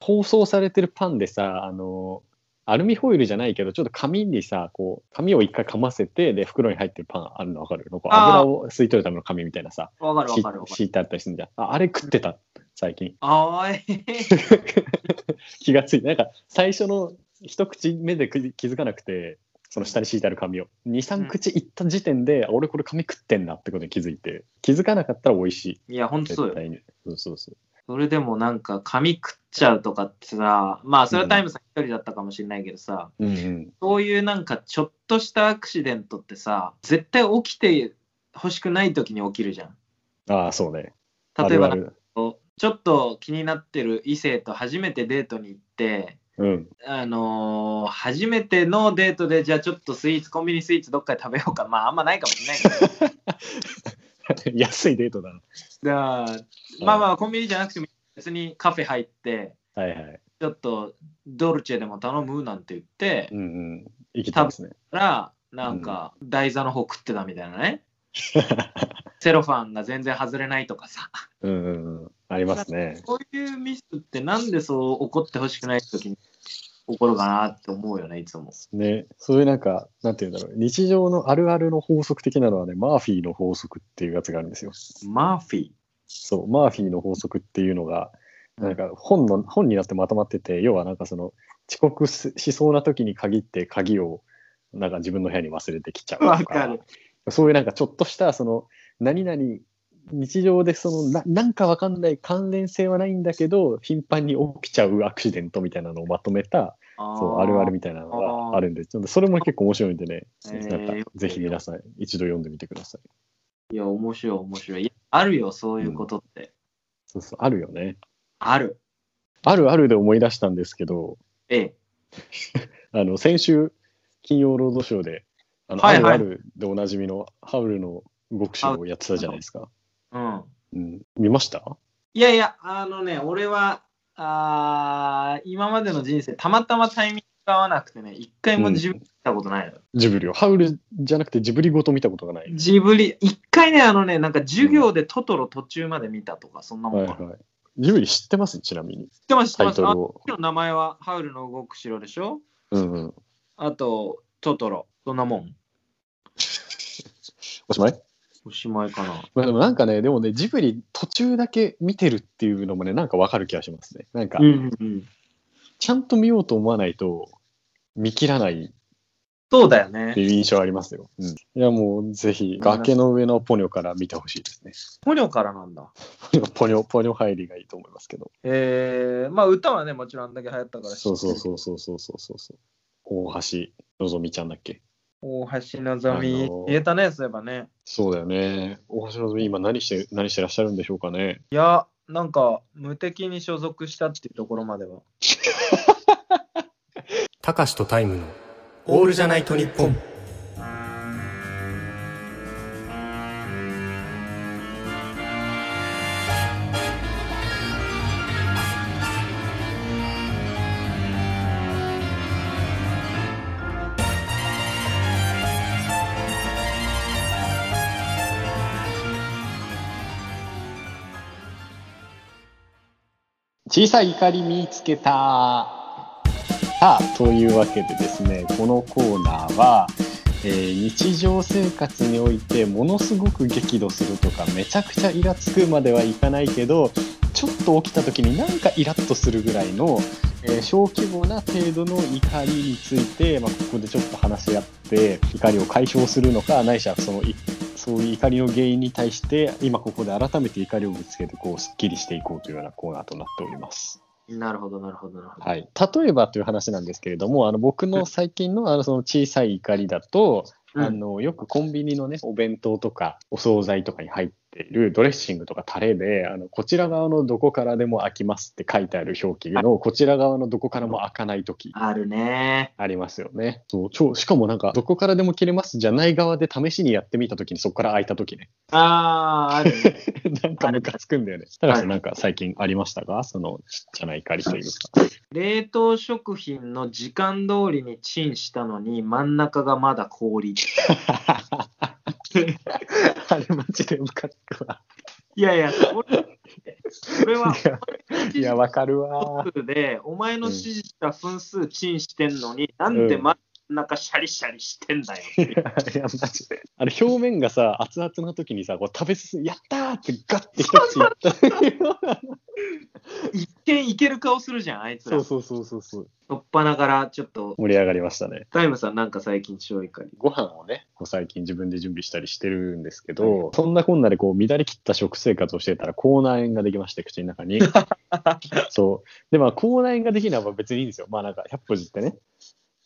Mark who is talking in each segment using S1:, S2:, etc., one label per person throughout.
S1: 包装されてるパンでさあのアルミホイルじゃないけどちょっと紙にさこう紙を一回かませてで袋に入ってるパンあるの分かるこう
S2: あー
S1: 油を吸い取るための紙みたいなさ
S2: わかるわ
S1: し
S2: かるわかる。
S1: 敷いてあったりするんじゃんああれ食ってた最近
S2: あーえ
S1: 気がついてなんか最初の一口目で気気づかなくてその下に敷いてある紙を
S2: う
S1: 23
S2: ん
S1: 口いった時点で、あ俺これ紙食ってんなってことに気づいて気づかなかったら美味しい
S2: いや、ほんとそう
S1: 絶
S2: よ。
S1: 対にそうそうそう
S2: それでもなんか、紙食っちゃうとかってさ、まあ、それはタイムさん一人だったかもしれないけどさ、
S1: うんうん
S2: そういうなんか、ちょっとしたアクシデントってさ、絶対起きてほしくない時に起きるじゃん。
S1: ああそうね
S2: 例えば
S1: あ
S2: なんか
S1: る
S2: こう、ちょっと気になってる異性と初めてデートに行って、
S1: ある
S2: あのー初めてのデートで、じゃあちょっとスイーツ、コンビニスイーツどっかで食べようか。まあ、あんまないかもし れないけ
S1: う
S2: ど。
S1: ん 安いデートだな
S2: だからまあまあ、コンビニじゃなくてもいい、別にカフェ入って、
S1: はいはい
S2: ちょっとドルチェでも頼むなんて言って
S1: う、んうん生きてますね
S2: たら、なんか台座の方食ってたみたい なね。セロファンが全然外れないとかさ。
S1: うんうんうんありますね
S2: そういうミスってなんでそう怒ってほしくない時に起こるかなって思うよね、いつも。
S1: ねそういうなんかなんて言うんだろう日常のあるあるの法則的なのはねマーフィーの法則っていうやつがあるんですよ
S2: マーフィー。
S1: そうマーフィーの法則っていうのがなんか本の本になってまとまってて要はなんかその遅刻すしそうな時に限って鍵をなんか自分の部屋に忘れてきちゃうと
S2: わかる
S1: そういうなんかちょっとしたその何々日常でそのななんかわかんない関連性はないんだけど頻繁に起きちゃうアクシデントみたいなのをまとめたそうあるあるみたいなのがあるんでちょっとそれも結構面白いんでね
S2: えー
S1: なんかぜひ皆さん一度読んでみてください。
S2: いや、面白い、面白い。いやあるよ、そういうことって。
S1: そうそうあるよね。
S2: ある。
S1: あるあるで思い出したんですけど、
S2: ええ。
S1: あの先週、金曜ロードショーで、あの
S2: はいはい
S1: あるあるでおなじみのハウルの動く城をやってたじゃないですか。
S2: うん。
S1: うん、見ました
S2: いやいや、あのね、俺は、あー今までの人生、たまたまタイミングが合わなくてね、一回もジブリ見たことないの。
S1: ジブリを。ハウルじゃなくてジブリごと見たことがない。
S2: ジブリ、一回ね、あのね、なんか授業でトトロ途中まで見たとか、そんな
S1: は
S2: も
S1: い
S2: んかな。
S1: はい、ジブリ知ってますちなみに。
S2: 知ってます、知って
S1: タイ
S2: ます。
S1: ト
S2: あ
S1: ル
S2: の
S1: を。
S2: 時の名前は、ハウルの動く城でしょ
S1: うんうん。
S2: あと、トトロ、そんなもん。
S1: おしまい
S2: おしまいかな。
S1: まあでもなんかね、でもね、ジブリ途中だけ見てるっていうのもね、なんかわかる気がしますね。なんか、
S2: うんうん。
S1: ちゃんと見ようと思わないと見切らない
S2: そうだよ
S1: って
S2: ね。
S1: いう印象ありますよ。うん、いやもうぜひ、崖の上のポニョから見てほしいですね。
S2: ポニョからなんだ。
S1: ポニョ、ポニョ入りがいいと思いますけど。
S2: えー、まあ歌はね、もちろんあんだけ流行ったから
S1: そうそう
S2: う。
S1: そうそうそうそうそうそう。大橋のぞみちゃんだっけ
S2: 大橋のぞ
S1: あ
S2: み
S1: のー、
S2: 言えたね、そういえばね。
S1: そうだよね。大橋のぞみ、今何して、何してらっしゃるんでしょうかね。
S2: いや、なんか、無敵に所属したっていうところまでは。
S3: たかしと タイムのオールじゃないと日本
S1: 小さい怒り見つけた。さあ、というわけでですね、このコーナーは、えー日常生活においてものすごく激怒するとかめちゃくちゃイラつくまではいかないけどちょっと起きた時になんかイラッとするぐらいの、えー小規模な程度の怒りについて、まあ、ここでちょっと話し合って怒りを解消するのかないしはそのいそういう怒りの原因に対して今ここで改めて怒りをぶつけてこうすっきりしていこうというようなコーナーとなっております。
S2: なるほど、なるほど、なるほど。
S1: はい、例えばという話なんですけれどもあの僕の最近のあのその小さい怒りだと、
S2: うん
S1: あのよくコンビニの、ね、お弁当とかお惣菜とかに入っているドレッシングとかタレであのこちら側のどこからでも開きますって書いてある表記のこちら側のどこからも開かない時
S2: あるね。
S1: ありますよねそう超しかもなんかどこからでも切れますじゃない側で試しにやってみた時にそこから開いた時ね
S2: あー、ある、 ね。
S1: なんかムカつくんだよね高橋さんなんか最近ありましたがそのちっちゃな怒りというか。
S2: 冷凍食品の時間通りにチンしたのに、真ん中がまだ氷。い
S1: あれマジでムカつくわ。
S2: やいや、これこれは、
S1: いや
S2: 指
S1: い
S2: 示
S1: や、わかる わ。
S2: 分数で、お前の指示した分数チンしてんのに、なんで真ん中シャリシャリしてんだよって
S1: い や、マジで。あれ、表面がさ、熱々の時にさ、こう食べ進む、やったーってガッて一口いった。
S2: 一見いける顔するじゃん、あいつ
S1: そ
S2: ら。
S1: う
S2: し
S1: そうそうそうそう。
S2: ょっぱながら、ちょっと、
S1: 盛り上がりましたね。
S2: タイムさんなんか最近超怒り。
S1: ご飯をね、こう最近自分で準備したりしてるんですけど、そんなこんなでこう乱れ切った食生活をしてたら、口内炎ができまして、口の中 に。そう。で、まあ、口内炎ができるのは別にいいんですよ。まあ、なんか、100歩譲ってね。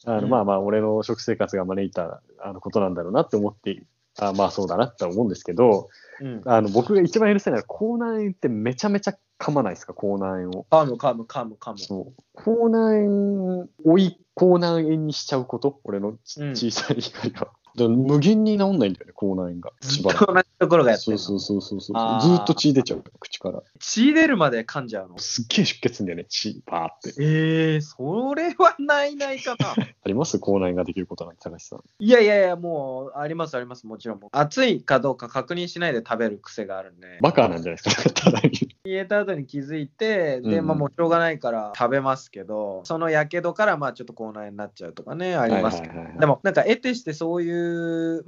S1: あの、
S2: うん
S1: まあまあ、俺の食生活が招いたあのことなんだろうなって思って、あまあ、そうだなって思うんですけど、
S2: うん。
S1: あの、僕が一番許せないのは、口内炎ってめちゃめちゃ噛まないですか、口内炎を。
S2: 噛む噛む噛む噛む。
S1: そう。口内炎、追い口内炎にしちゃうこと俺のち
S2: うん
S1: 小さい光が。だから無限に治んないんだよね、口内炎が。
S2: ず
S1: し
S2: っ
S1: ばらく
S2: と同じところがやって
S1: そ
S2: る
S1: う。そうそうそうそう。ず
S2: あ
S1: ー
S2: ー
S1: っと血出ちゃう、口から。
S2: 血出るまで噛んじゃうの。
S1: すっげえ出血すんだよね、血、バーって。
S2: ええそれはないないかな。
S1: あります口内炎ができることなんて、高橋さん。
S2: いやいやいや、もうありますあります、もちろん。暑いかどうか確認しないで食べる癖があるんで、
S1: バカなんじゃないですか、 ただに。
S2: 消えた後に気づいて、
S1: うんう
S2: で、
S1: ん
S2: まあもうしょうがないから食べますけど、そのやけどからまあちょっと口内炎になっちゃうとかね、ありますけ
S1: は
S2: ど。
S1: いはいはいはい
S2: でもなんか得てしてそういう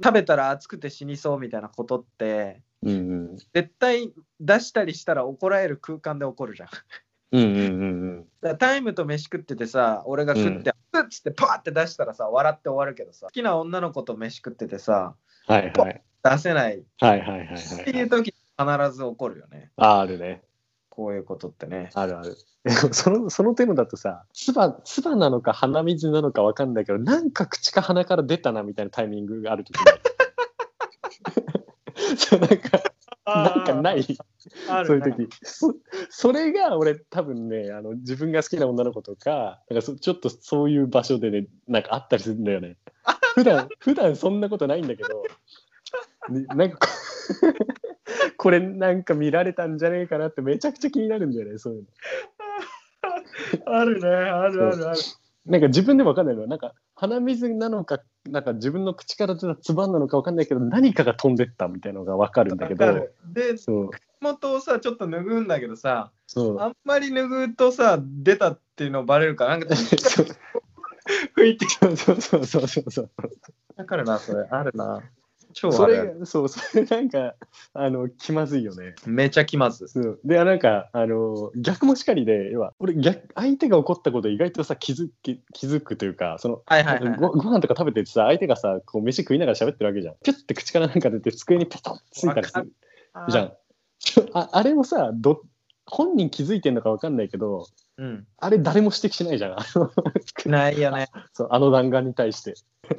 S2: 食べたら暑くて死にそうみたいなことって
S1: うんうん。
S2: 絶対出したりしたら怒られる空間で起こるじゃん。
S1: うんうんうんうん。
S2: だからタイムと飯食っててさ俺が食って、うっつってパーって出したらさ笑って終わるけどさ好きな女の子と飯食っててさ
S1: はいはい。
S2: 出せないっ
S1: はいはいはい、
S2: て
S1: は
S2: いう
S1: い。
S2: 時必ず起こるよね
S1: あるね。
S2: こういうことってね
S1: あるあ る。でもその、その手のだとさ、つば、つばなのか鼻水なのかわかんないけど、なんか口か鼻から出たなみたいなタイミングがあるときに。そう、なんか、なんかない、そういう時そそれが俺多分ね、あの、自分が好きな女の子とか、なんかそちょっとそういう場所でね、なんかあったりするんだよね。普段、普段そんなことないんだけど、ねなんかこ うこれなんか見られたんじゃねえかなってめちゃくちゃ気になるんだよね、そういうの。
S2: あるねあ
S1: るある
S2: ある
S1: なんか自分でも分かんないのはなんか鼻水なのか、なんか自分の口から出たつばなのか分かんないけど、何かが飛んでったみたいなのが分かるんだけど、
S2: で
S1: そう、
S2: 元をさちょっと拭うんだけどさ
S1: そう、
S2: あんまり拭うとさ出たっていうのバレるからなんか
S1: そう
S2: 拭いて
S1: そうそうそうそうそうそう。
S2: わかるなそれあるな超
S1: そ
S2: あるある
S1: れが、そう、それなんか、あの、気まずいよね。
S2: めちゃ気まず
S1: そうで、なんか、あの、逆もしかりで、要は、俺、逆、相手が怒ったこと意外とさ、気づき、気づくというか、その、
S2: はいはいはい、
S1: ごご飯とか食べててさ、相手がさ、こう、飯食いながら喋ってるわけじゃん。ピュッて口からなんか出て、机にペトンってついたりす
S2: わか
S1: る。じゃん。 ああれをさど、本人気づいてんのか分かんないけど、
S2: うん
S1: あれ誰も指摘しないじゃん。 あの
S2: ないよね。
S1: そうあの弾丸に対して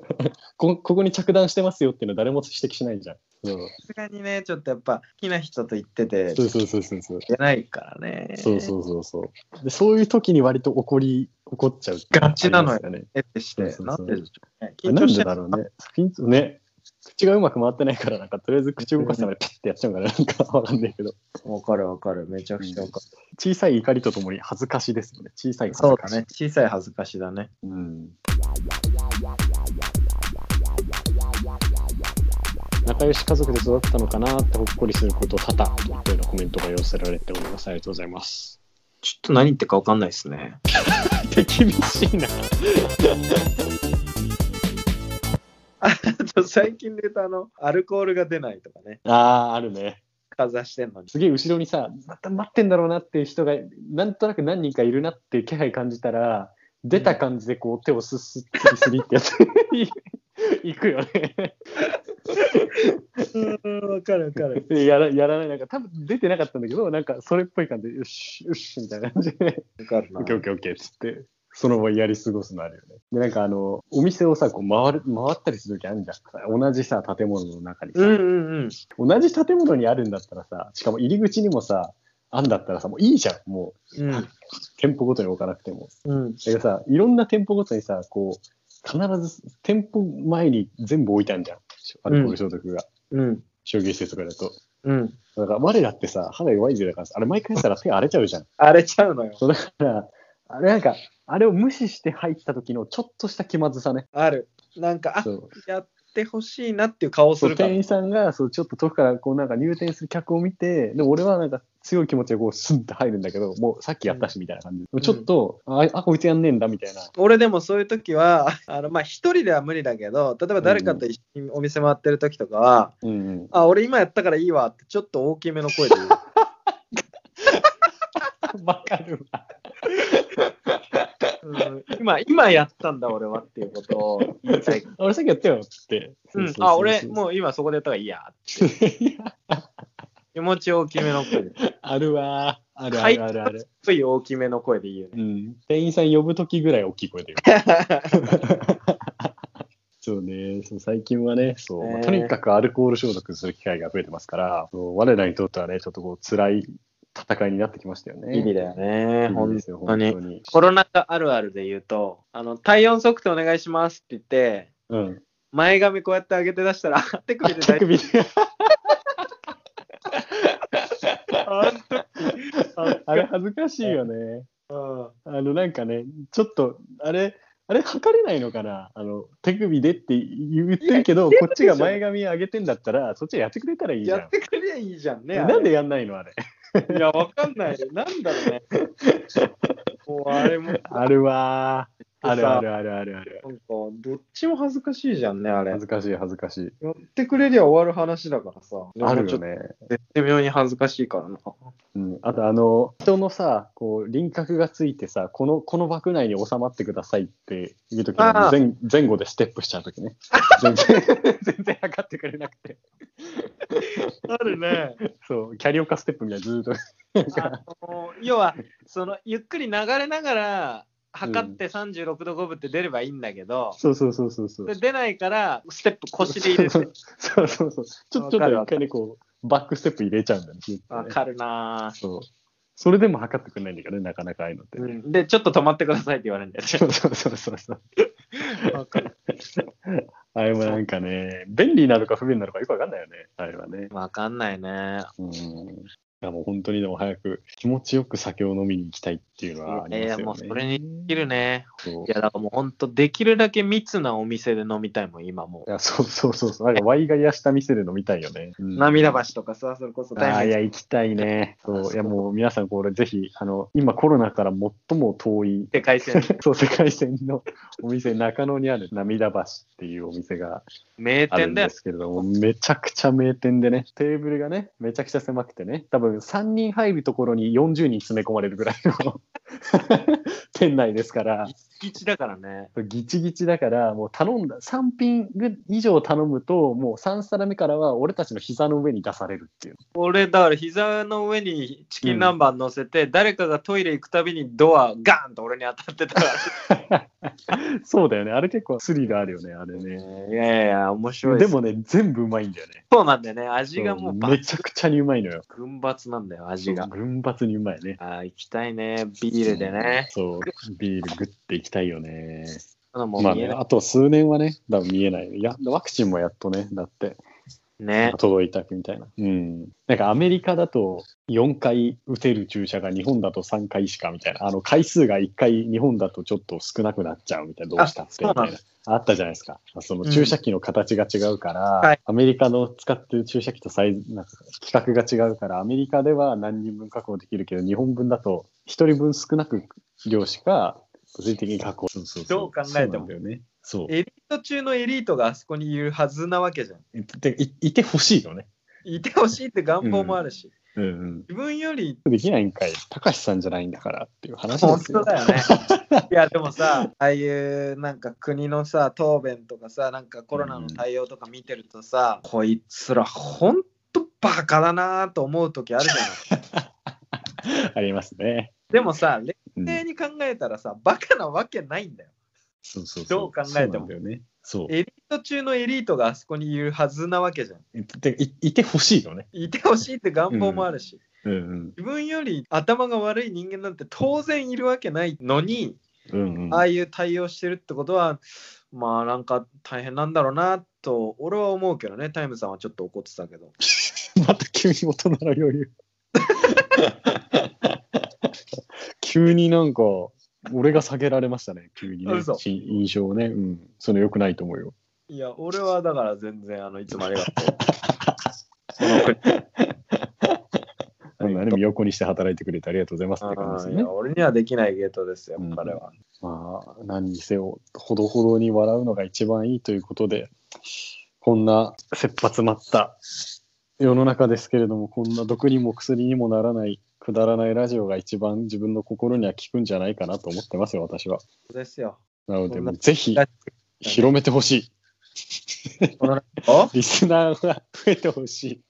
S1: こ。ここに着弾してますよっていうの誰も指摘しないじゃん。そう
S2: さすがにね、ちょっとやっぱ好きな人と言ってて、
S1: そう
S2: じ
S1: そうそうそうそう。
S2: ゃないからね。
S1: そうそうそうそうで。そういう時に割と怒り、怒っちゃう。
S2: ガチなのよ
S1: ありますよね。
S2: えってし
S1: そ
S2: て、
S1: うそう
S2: な
S1: そうん
S2: ででしょうね。緊
S1: な
S2: 張
S1: ん
S2: して
S1: でだろうね。緊張ね。口がうまく回ってないから、なんか、とりあえず口動かすためにピッてやっちゃうから、なんかわかんないけど。
S2: わかるわかる。めちゃくちゃわかる。
S1: 小さい怒りとともに恥ずかしですよね。小さい恥
S2: そ
S1: ず
S2: う
S1: か
S2: だ
S1: し。
S2: ね。小さい恥ずかしだね。
S1: うん仲良し家族で育ったのかなってほっこりすること多々といったようなコメントが寄せられております。ありがとうございます。
S2: ちょっと何言ってるかわかんないですね。
S1: 手 厳しいな。
S2: 最近で言うと、あの、アルコールが出ないとかね。
S1: ああー、あるね。
S2: かざしてんのに。
S1: すげえ後ろにさ、また待ってんだろうなっていう人が、なんとなく何人かいるなっていう気配感じたら、出た感じでこう手をすっすっすりってやついくよね。
S2: うん、わかるわかる。
S1: でやらやらない、なんか多分出てなかったんだけど、なんかそれっぽい感じで、よし、よし、みたいな感じで、
S2: わかるな
S1: オッ。ケーオッケーオッケーっつって、そのままやり過ごすのあるよね。で、なんかあの、お店をさ、こう回る回ったりするときあるじゃん。同じさ、建物の中にさ、
S2: うんうんうん。
S1: 同じ建物にあるんだったらさ、しかも入り口にもさ、あんだったらさ、もういいじゃん、もう、
S2: うん。
S1: 店舗ごとに置かなくても。
S2: うん、
S1: だけどさ、いろんな店舗ごとにさ、こう、必ず店舗前に全部置いてあるじゃん。アルコール消毒が、
S2: うん、
S1: 商業施設とかだと。
S2: うん。
S1: だから我らってさ、肌弱いぜだからさ、あれ毎回やったら手荒れちゃうじゃん。
S2: 荒れちゃうのよ。
S1: そうだから、 あれなんか、あれを無視して入った時のちょっとした気まずさね。
S2: ある。なんか、あ
S1: そう
S2: やっってほしいなっていう顔をす
S1: そう
S2: るから
S1: 店。員さんがそうちょっと遠くからこうなんか入店する客を見てでも俺はなんか強い気持ちでこうスンって入るんだけどもうさっきやったしみたいな感じ、でもちょっと、ああこいつやんねえんだみたいな
S2: 俺でもそういう時は、 あの、まあ、一人では無理だけど、例えば誰かと一緒にお店回ってる時とかは、
S1: うんうん
S2: あ、俺今やったからいいわって、ちょっと大きめの声で言う。
S1: わかるわ
S2: うん今、今やったんだ俺はっていうことを言いたい。
S1: 俺さっきやったよっつって、
S2: うん、あ、俺、
S1: う
S2: もう今そこでやったからいいやって。 気持ち大きめの声で。
S1: あるわあるあるあるある、
S2: つい大きめの声で言うね。
S1: うん、店員さん呼ぶ時ぐらい大きい声で 言うそうねそう最近はねそう、まあ
S2: ね
S1: とにかくアルコール消毒する機会が増えてますからそう我らにとってはねちょっとこう辛い戦いになってきましたよね
S2: 日々だよ
S1: い
S2: ね、
S1: い
S2: 本
S1: ですよ
S2: 当に。
S1: 本当に
S2: コロナ禍あるあるで言うと、あの、体温測定お願いしますって言って、
S1: うん。
S2: 前髪こうやって上げて出したら、 手首で
S1: 手
S2: 大丈
S1: 首で
S2: 夫。
S1: あれ恥ずかしいよね。
S2: うん
S1: あのなんかね、ちょっと、あれ、あれ測れないのかなあの、手首でって言ってるけど、
S2: いや
S1: こっちが前髪上げてんだったら、そっちやってくれたらいいじゃ
S2: や
S1: ん
S2: っ。てくれゃいいじゃんね。あれ
S1: なんでやんないのあれ。
S2: いや、わかんない。なんだろ うね。もうあれも、
S1: あるわー。あるあるあるあるある。
S2: なんか、どっちも恥ずかしいじゃんね、あれ
S1: 恥。ずかしい恥ずかしい。
S2: やってくれりゃ終わる話だからさ。
S1: あるよ
S2: ちょっと
S1: ね。
S2: 絶妙に恥ずかしいからな。
S1: うん、あとあの人のさこう輪郭がついてさこのこの枠内に収まってくださいっていう時
S2: あー
S1: 前前後でステップしちゃう時 ね全然全然測ってくれなくて
S2: ある ね。
S1: そうキャリオカステップみたいなずーっと
S2: あの要は、その、ゆっくり流れながら、測って36度5分って出ればいいんだけど、
S1: そうそうそうそうそう
S2: で出ないから、ステップ腰で入れて。
S1: そうそうそうちょ
S2: わ
S1: ちょっ
S2: かる
S1: と一
S2: わか
S1: 回ねこうバックステップ入れちゃうんだよねずーっとね
S2: わかるなぁ、
S1: そうそれでも測ってくれないんだけどねなかなかああいうのって、
S2: うん。で、ちょっと止まってくださいって言われるんだよ
S1: そうそうそうそうそう
S2: ね。わかる。
S1: あれもなんかね便利なのか不便なのかよくわかんないよねあれはね
S2: わかんないね。
S1: うん。いやもう本当にでも早く気持ちよく酒を飲みに行きたいっていうのはありますよね。
S2: いやもうそれに尽きるね。
S1: そう。
S2: いや、だからもう本当、できるだけ密なお店で飲みたいもん、今も
S1: いやそうそうそうそう。なんかワイガヤした店で飲みたいよね。
S2: う。
S1: うん
S2: 涙橋とかさ、それこそ
S1: ああ、い
S2: 変
S1: や、行きたいね。
S2: あ
S1: そ。
S2: そうう
S1: いや、もう皆さん、これぜひ、あの、今コロナから最も遠い、
S2: 世界線。
S1: そう、世界線のお店、中野にある涙橋っていうお店が
S2: 名
S1: ある
S2: 店
S1: ん
S2: だ
S1: で
S2: よ。
S1: すけれども、めちゃくちゃ名店でね、テーブルがね、めちゃくちゃ狭くてね、多分3人入るところに40人詰め込まれるぐらいの 店内ですから、
S2: 一だからね。
S1: ギチギチだから、もう頼んだ、3品ぐ以上頼むと、もう3皿目からは俺たちの膝の上に出されるっていう。
S2: 俺、だから膝の上にチキン南蛮乗せて、誰かがトイレ行くたびにドアガーンと俺に当たってたから。
S1: そうだよね、あれ結構スリルあるよね、あれね。
S2: いやいやいや、面白い。
S1: ですもね、全部うまいんだよね。
S2: そうなんだよね。味がもう
S1: そう
S2: ば
S1: めちゃくちゃにうまいのよ。
S2: 群抜なんだよ、味が。
S1: 群抜にうまいね。
S2: あー行きたいね。ビールでね。
S1: そう、ビールグッていきたいよね。
S2: あのも
S1: まあ
S2: う見
S1: ね、
S2: えない
S1: あと数年はね、だ見えない。いや、ワクチンもやっとね、だって、
S2: ね。
S1: 届いたみたいな。うん。なんかアメリカだと4回打てる注射が日本だと3回しかみたいな。あの、回数が1回日本だとちょっと少なくなっちゃうみたいな。どうしたってみ
S2: あそう
S1: た
S2: ないん
S1: な
S2: だ。
S1: あったじゃないですか。その注射器の形が違うから、
S2: うんはい
S1: アメリカの使ってる注射器とサイズ、なんか規格が違うから、アメリカでは何人分確保できるけど、日本分だと1人分少なく量しか物理的に確保そうそうそう
S2: どう考えて
S1: そうな
S2: も
S1: んだよね。そう。
S2: エリート中のエリートがあそこにいるはずなわけじゃん。
S1: でいいてほしいよね。
S2: いてほしいって願望もあるし、
S1: うんうん。
S2: 自分より
S1: できないんかい、たかしさんじゃないんだからっていう話で
S2: 本
S1: す
S2: 当
S1: よ。
S2: だよね。 いやでもさ、ああいうなんか国のさ、答弁とかさ、なんかコロナの対応とか見てるとさ、こいつら本当バカだなぁと思う時あ るじゃない。
S1: ありますね。
S2: でもさ、冷
S1: うん
S2: 静に考えたらさ、バカなわけないんだよ。
S1: そうそう
S2: どう考えて
S1: そうな
S2: も
S1: んだよね。そう
S2: エリート中のエリートがあそこにいるはずなわけじゃん。
S1: でいいてほしいよね。
S2: いてほしいって願望もあるし、
S1: うんうん
S2: 自分より頭が悪い人間なんて当然いるわけないのに、
S1: うんうん
S2: ああいう対応してるってことは、まあなんか大変なんだろうなと、俺は思うけどね、タイムさんはちょっと怒ってたけど。
S1: また急に大人の余裕。急になんか、俺が下げられましたね、急にね
S2: 嘘。
S1: し印象をね、うん。その良くないと思うよ。
S2: いや、俺はだから全然、あの、いつもありがと う。
S1: あのね、身を粉にして働いてくれてありがとうございますって感じ
S2: あ
S1: です
S2: ーい
S1: ね
S2: や。俺にはできないゲートですよ
S1: うん、
S2: 彼は。
S1: まあ、何にせよ、ほどほどに笑うのが一番いいということで、こんな切羽詰まった世の中ですけれども、こんな毒にも薬にもならない、くだらないラジオが一番自分の心には効くんじゃないかなと思ってますよ、私は。
S2: ですよ。
S1: なので、
S2: そん
S1: も
S2: な
S1: うぜひ
S2: だって
S1: 広めてほしい。
S2: このお
S1: リスナーが増えてほしい。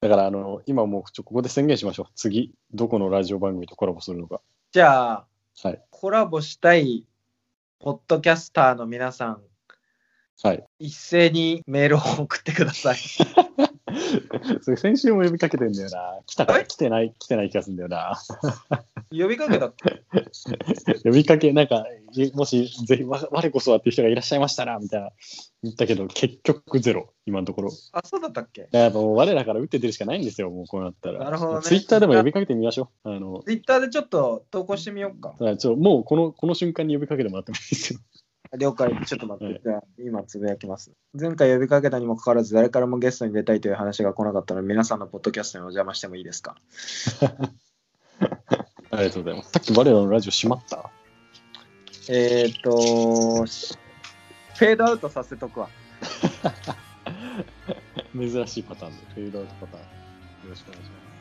S1: だから、あの、今もうちょ、ここで宣言しましょう。次、どこのラジオ番組とコラボするのか。
S2: じゃあ、
S1: はい。
S2: コラボしたい、ポッドキャスターの皆さん、
S1: はい。
S2: 一斉にメールを送ってください。
S1: それ先週も呼びかけてんだよな。来たか
S2: はい
S1: 来てない、来てない気がするんだよな。
S2: 呼びかけたっけ
S1: 呼びかけ、なんか、えもし、ぜひ、わ我こそはっていう人がいらっしゃいましたら、みたいな、言ったけど、結局ゼロ、今のところ。
S2: あ、そうだったっけ
S1: だからもう、我らから打って出るしかないんですよ、もうこうなったら。
S2: なるほどね
S1: ツイッターでも呼びかけてみましょう。あの、
S2: ツイッターでちょっと投稿してみようか。
S1: だからちょもうこの、この瞬間に呼びかけてもらってもいいですよ。
S2: 了解、ちょっと待って、
S1: はい
S2: じゃあ今つぶやきます。前回呼びかけたにもかかわらず、誰からもゲストに出たいという話が来なかったので、皆さんのポッドキャストにお邪魔してもいいですか
S1: ありがとうございます。さっき我らのラジオ閉まった
S2: えーっと、しフェードアウトさせとくわ。
S1: 珍しいパターンで、フェードアウトパターン。よろしくお願いします。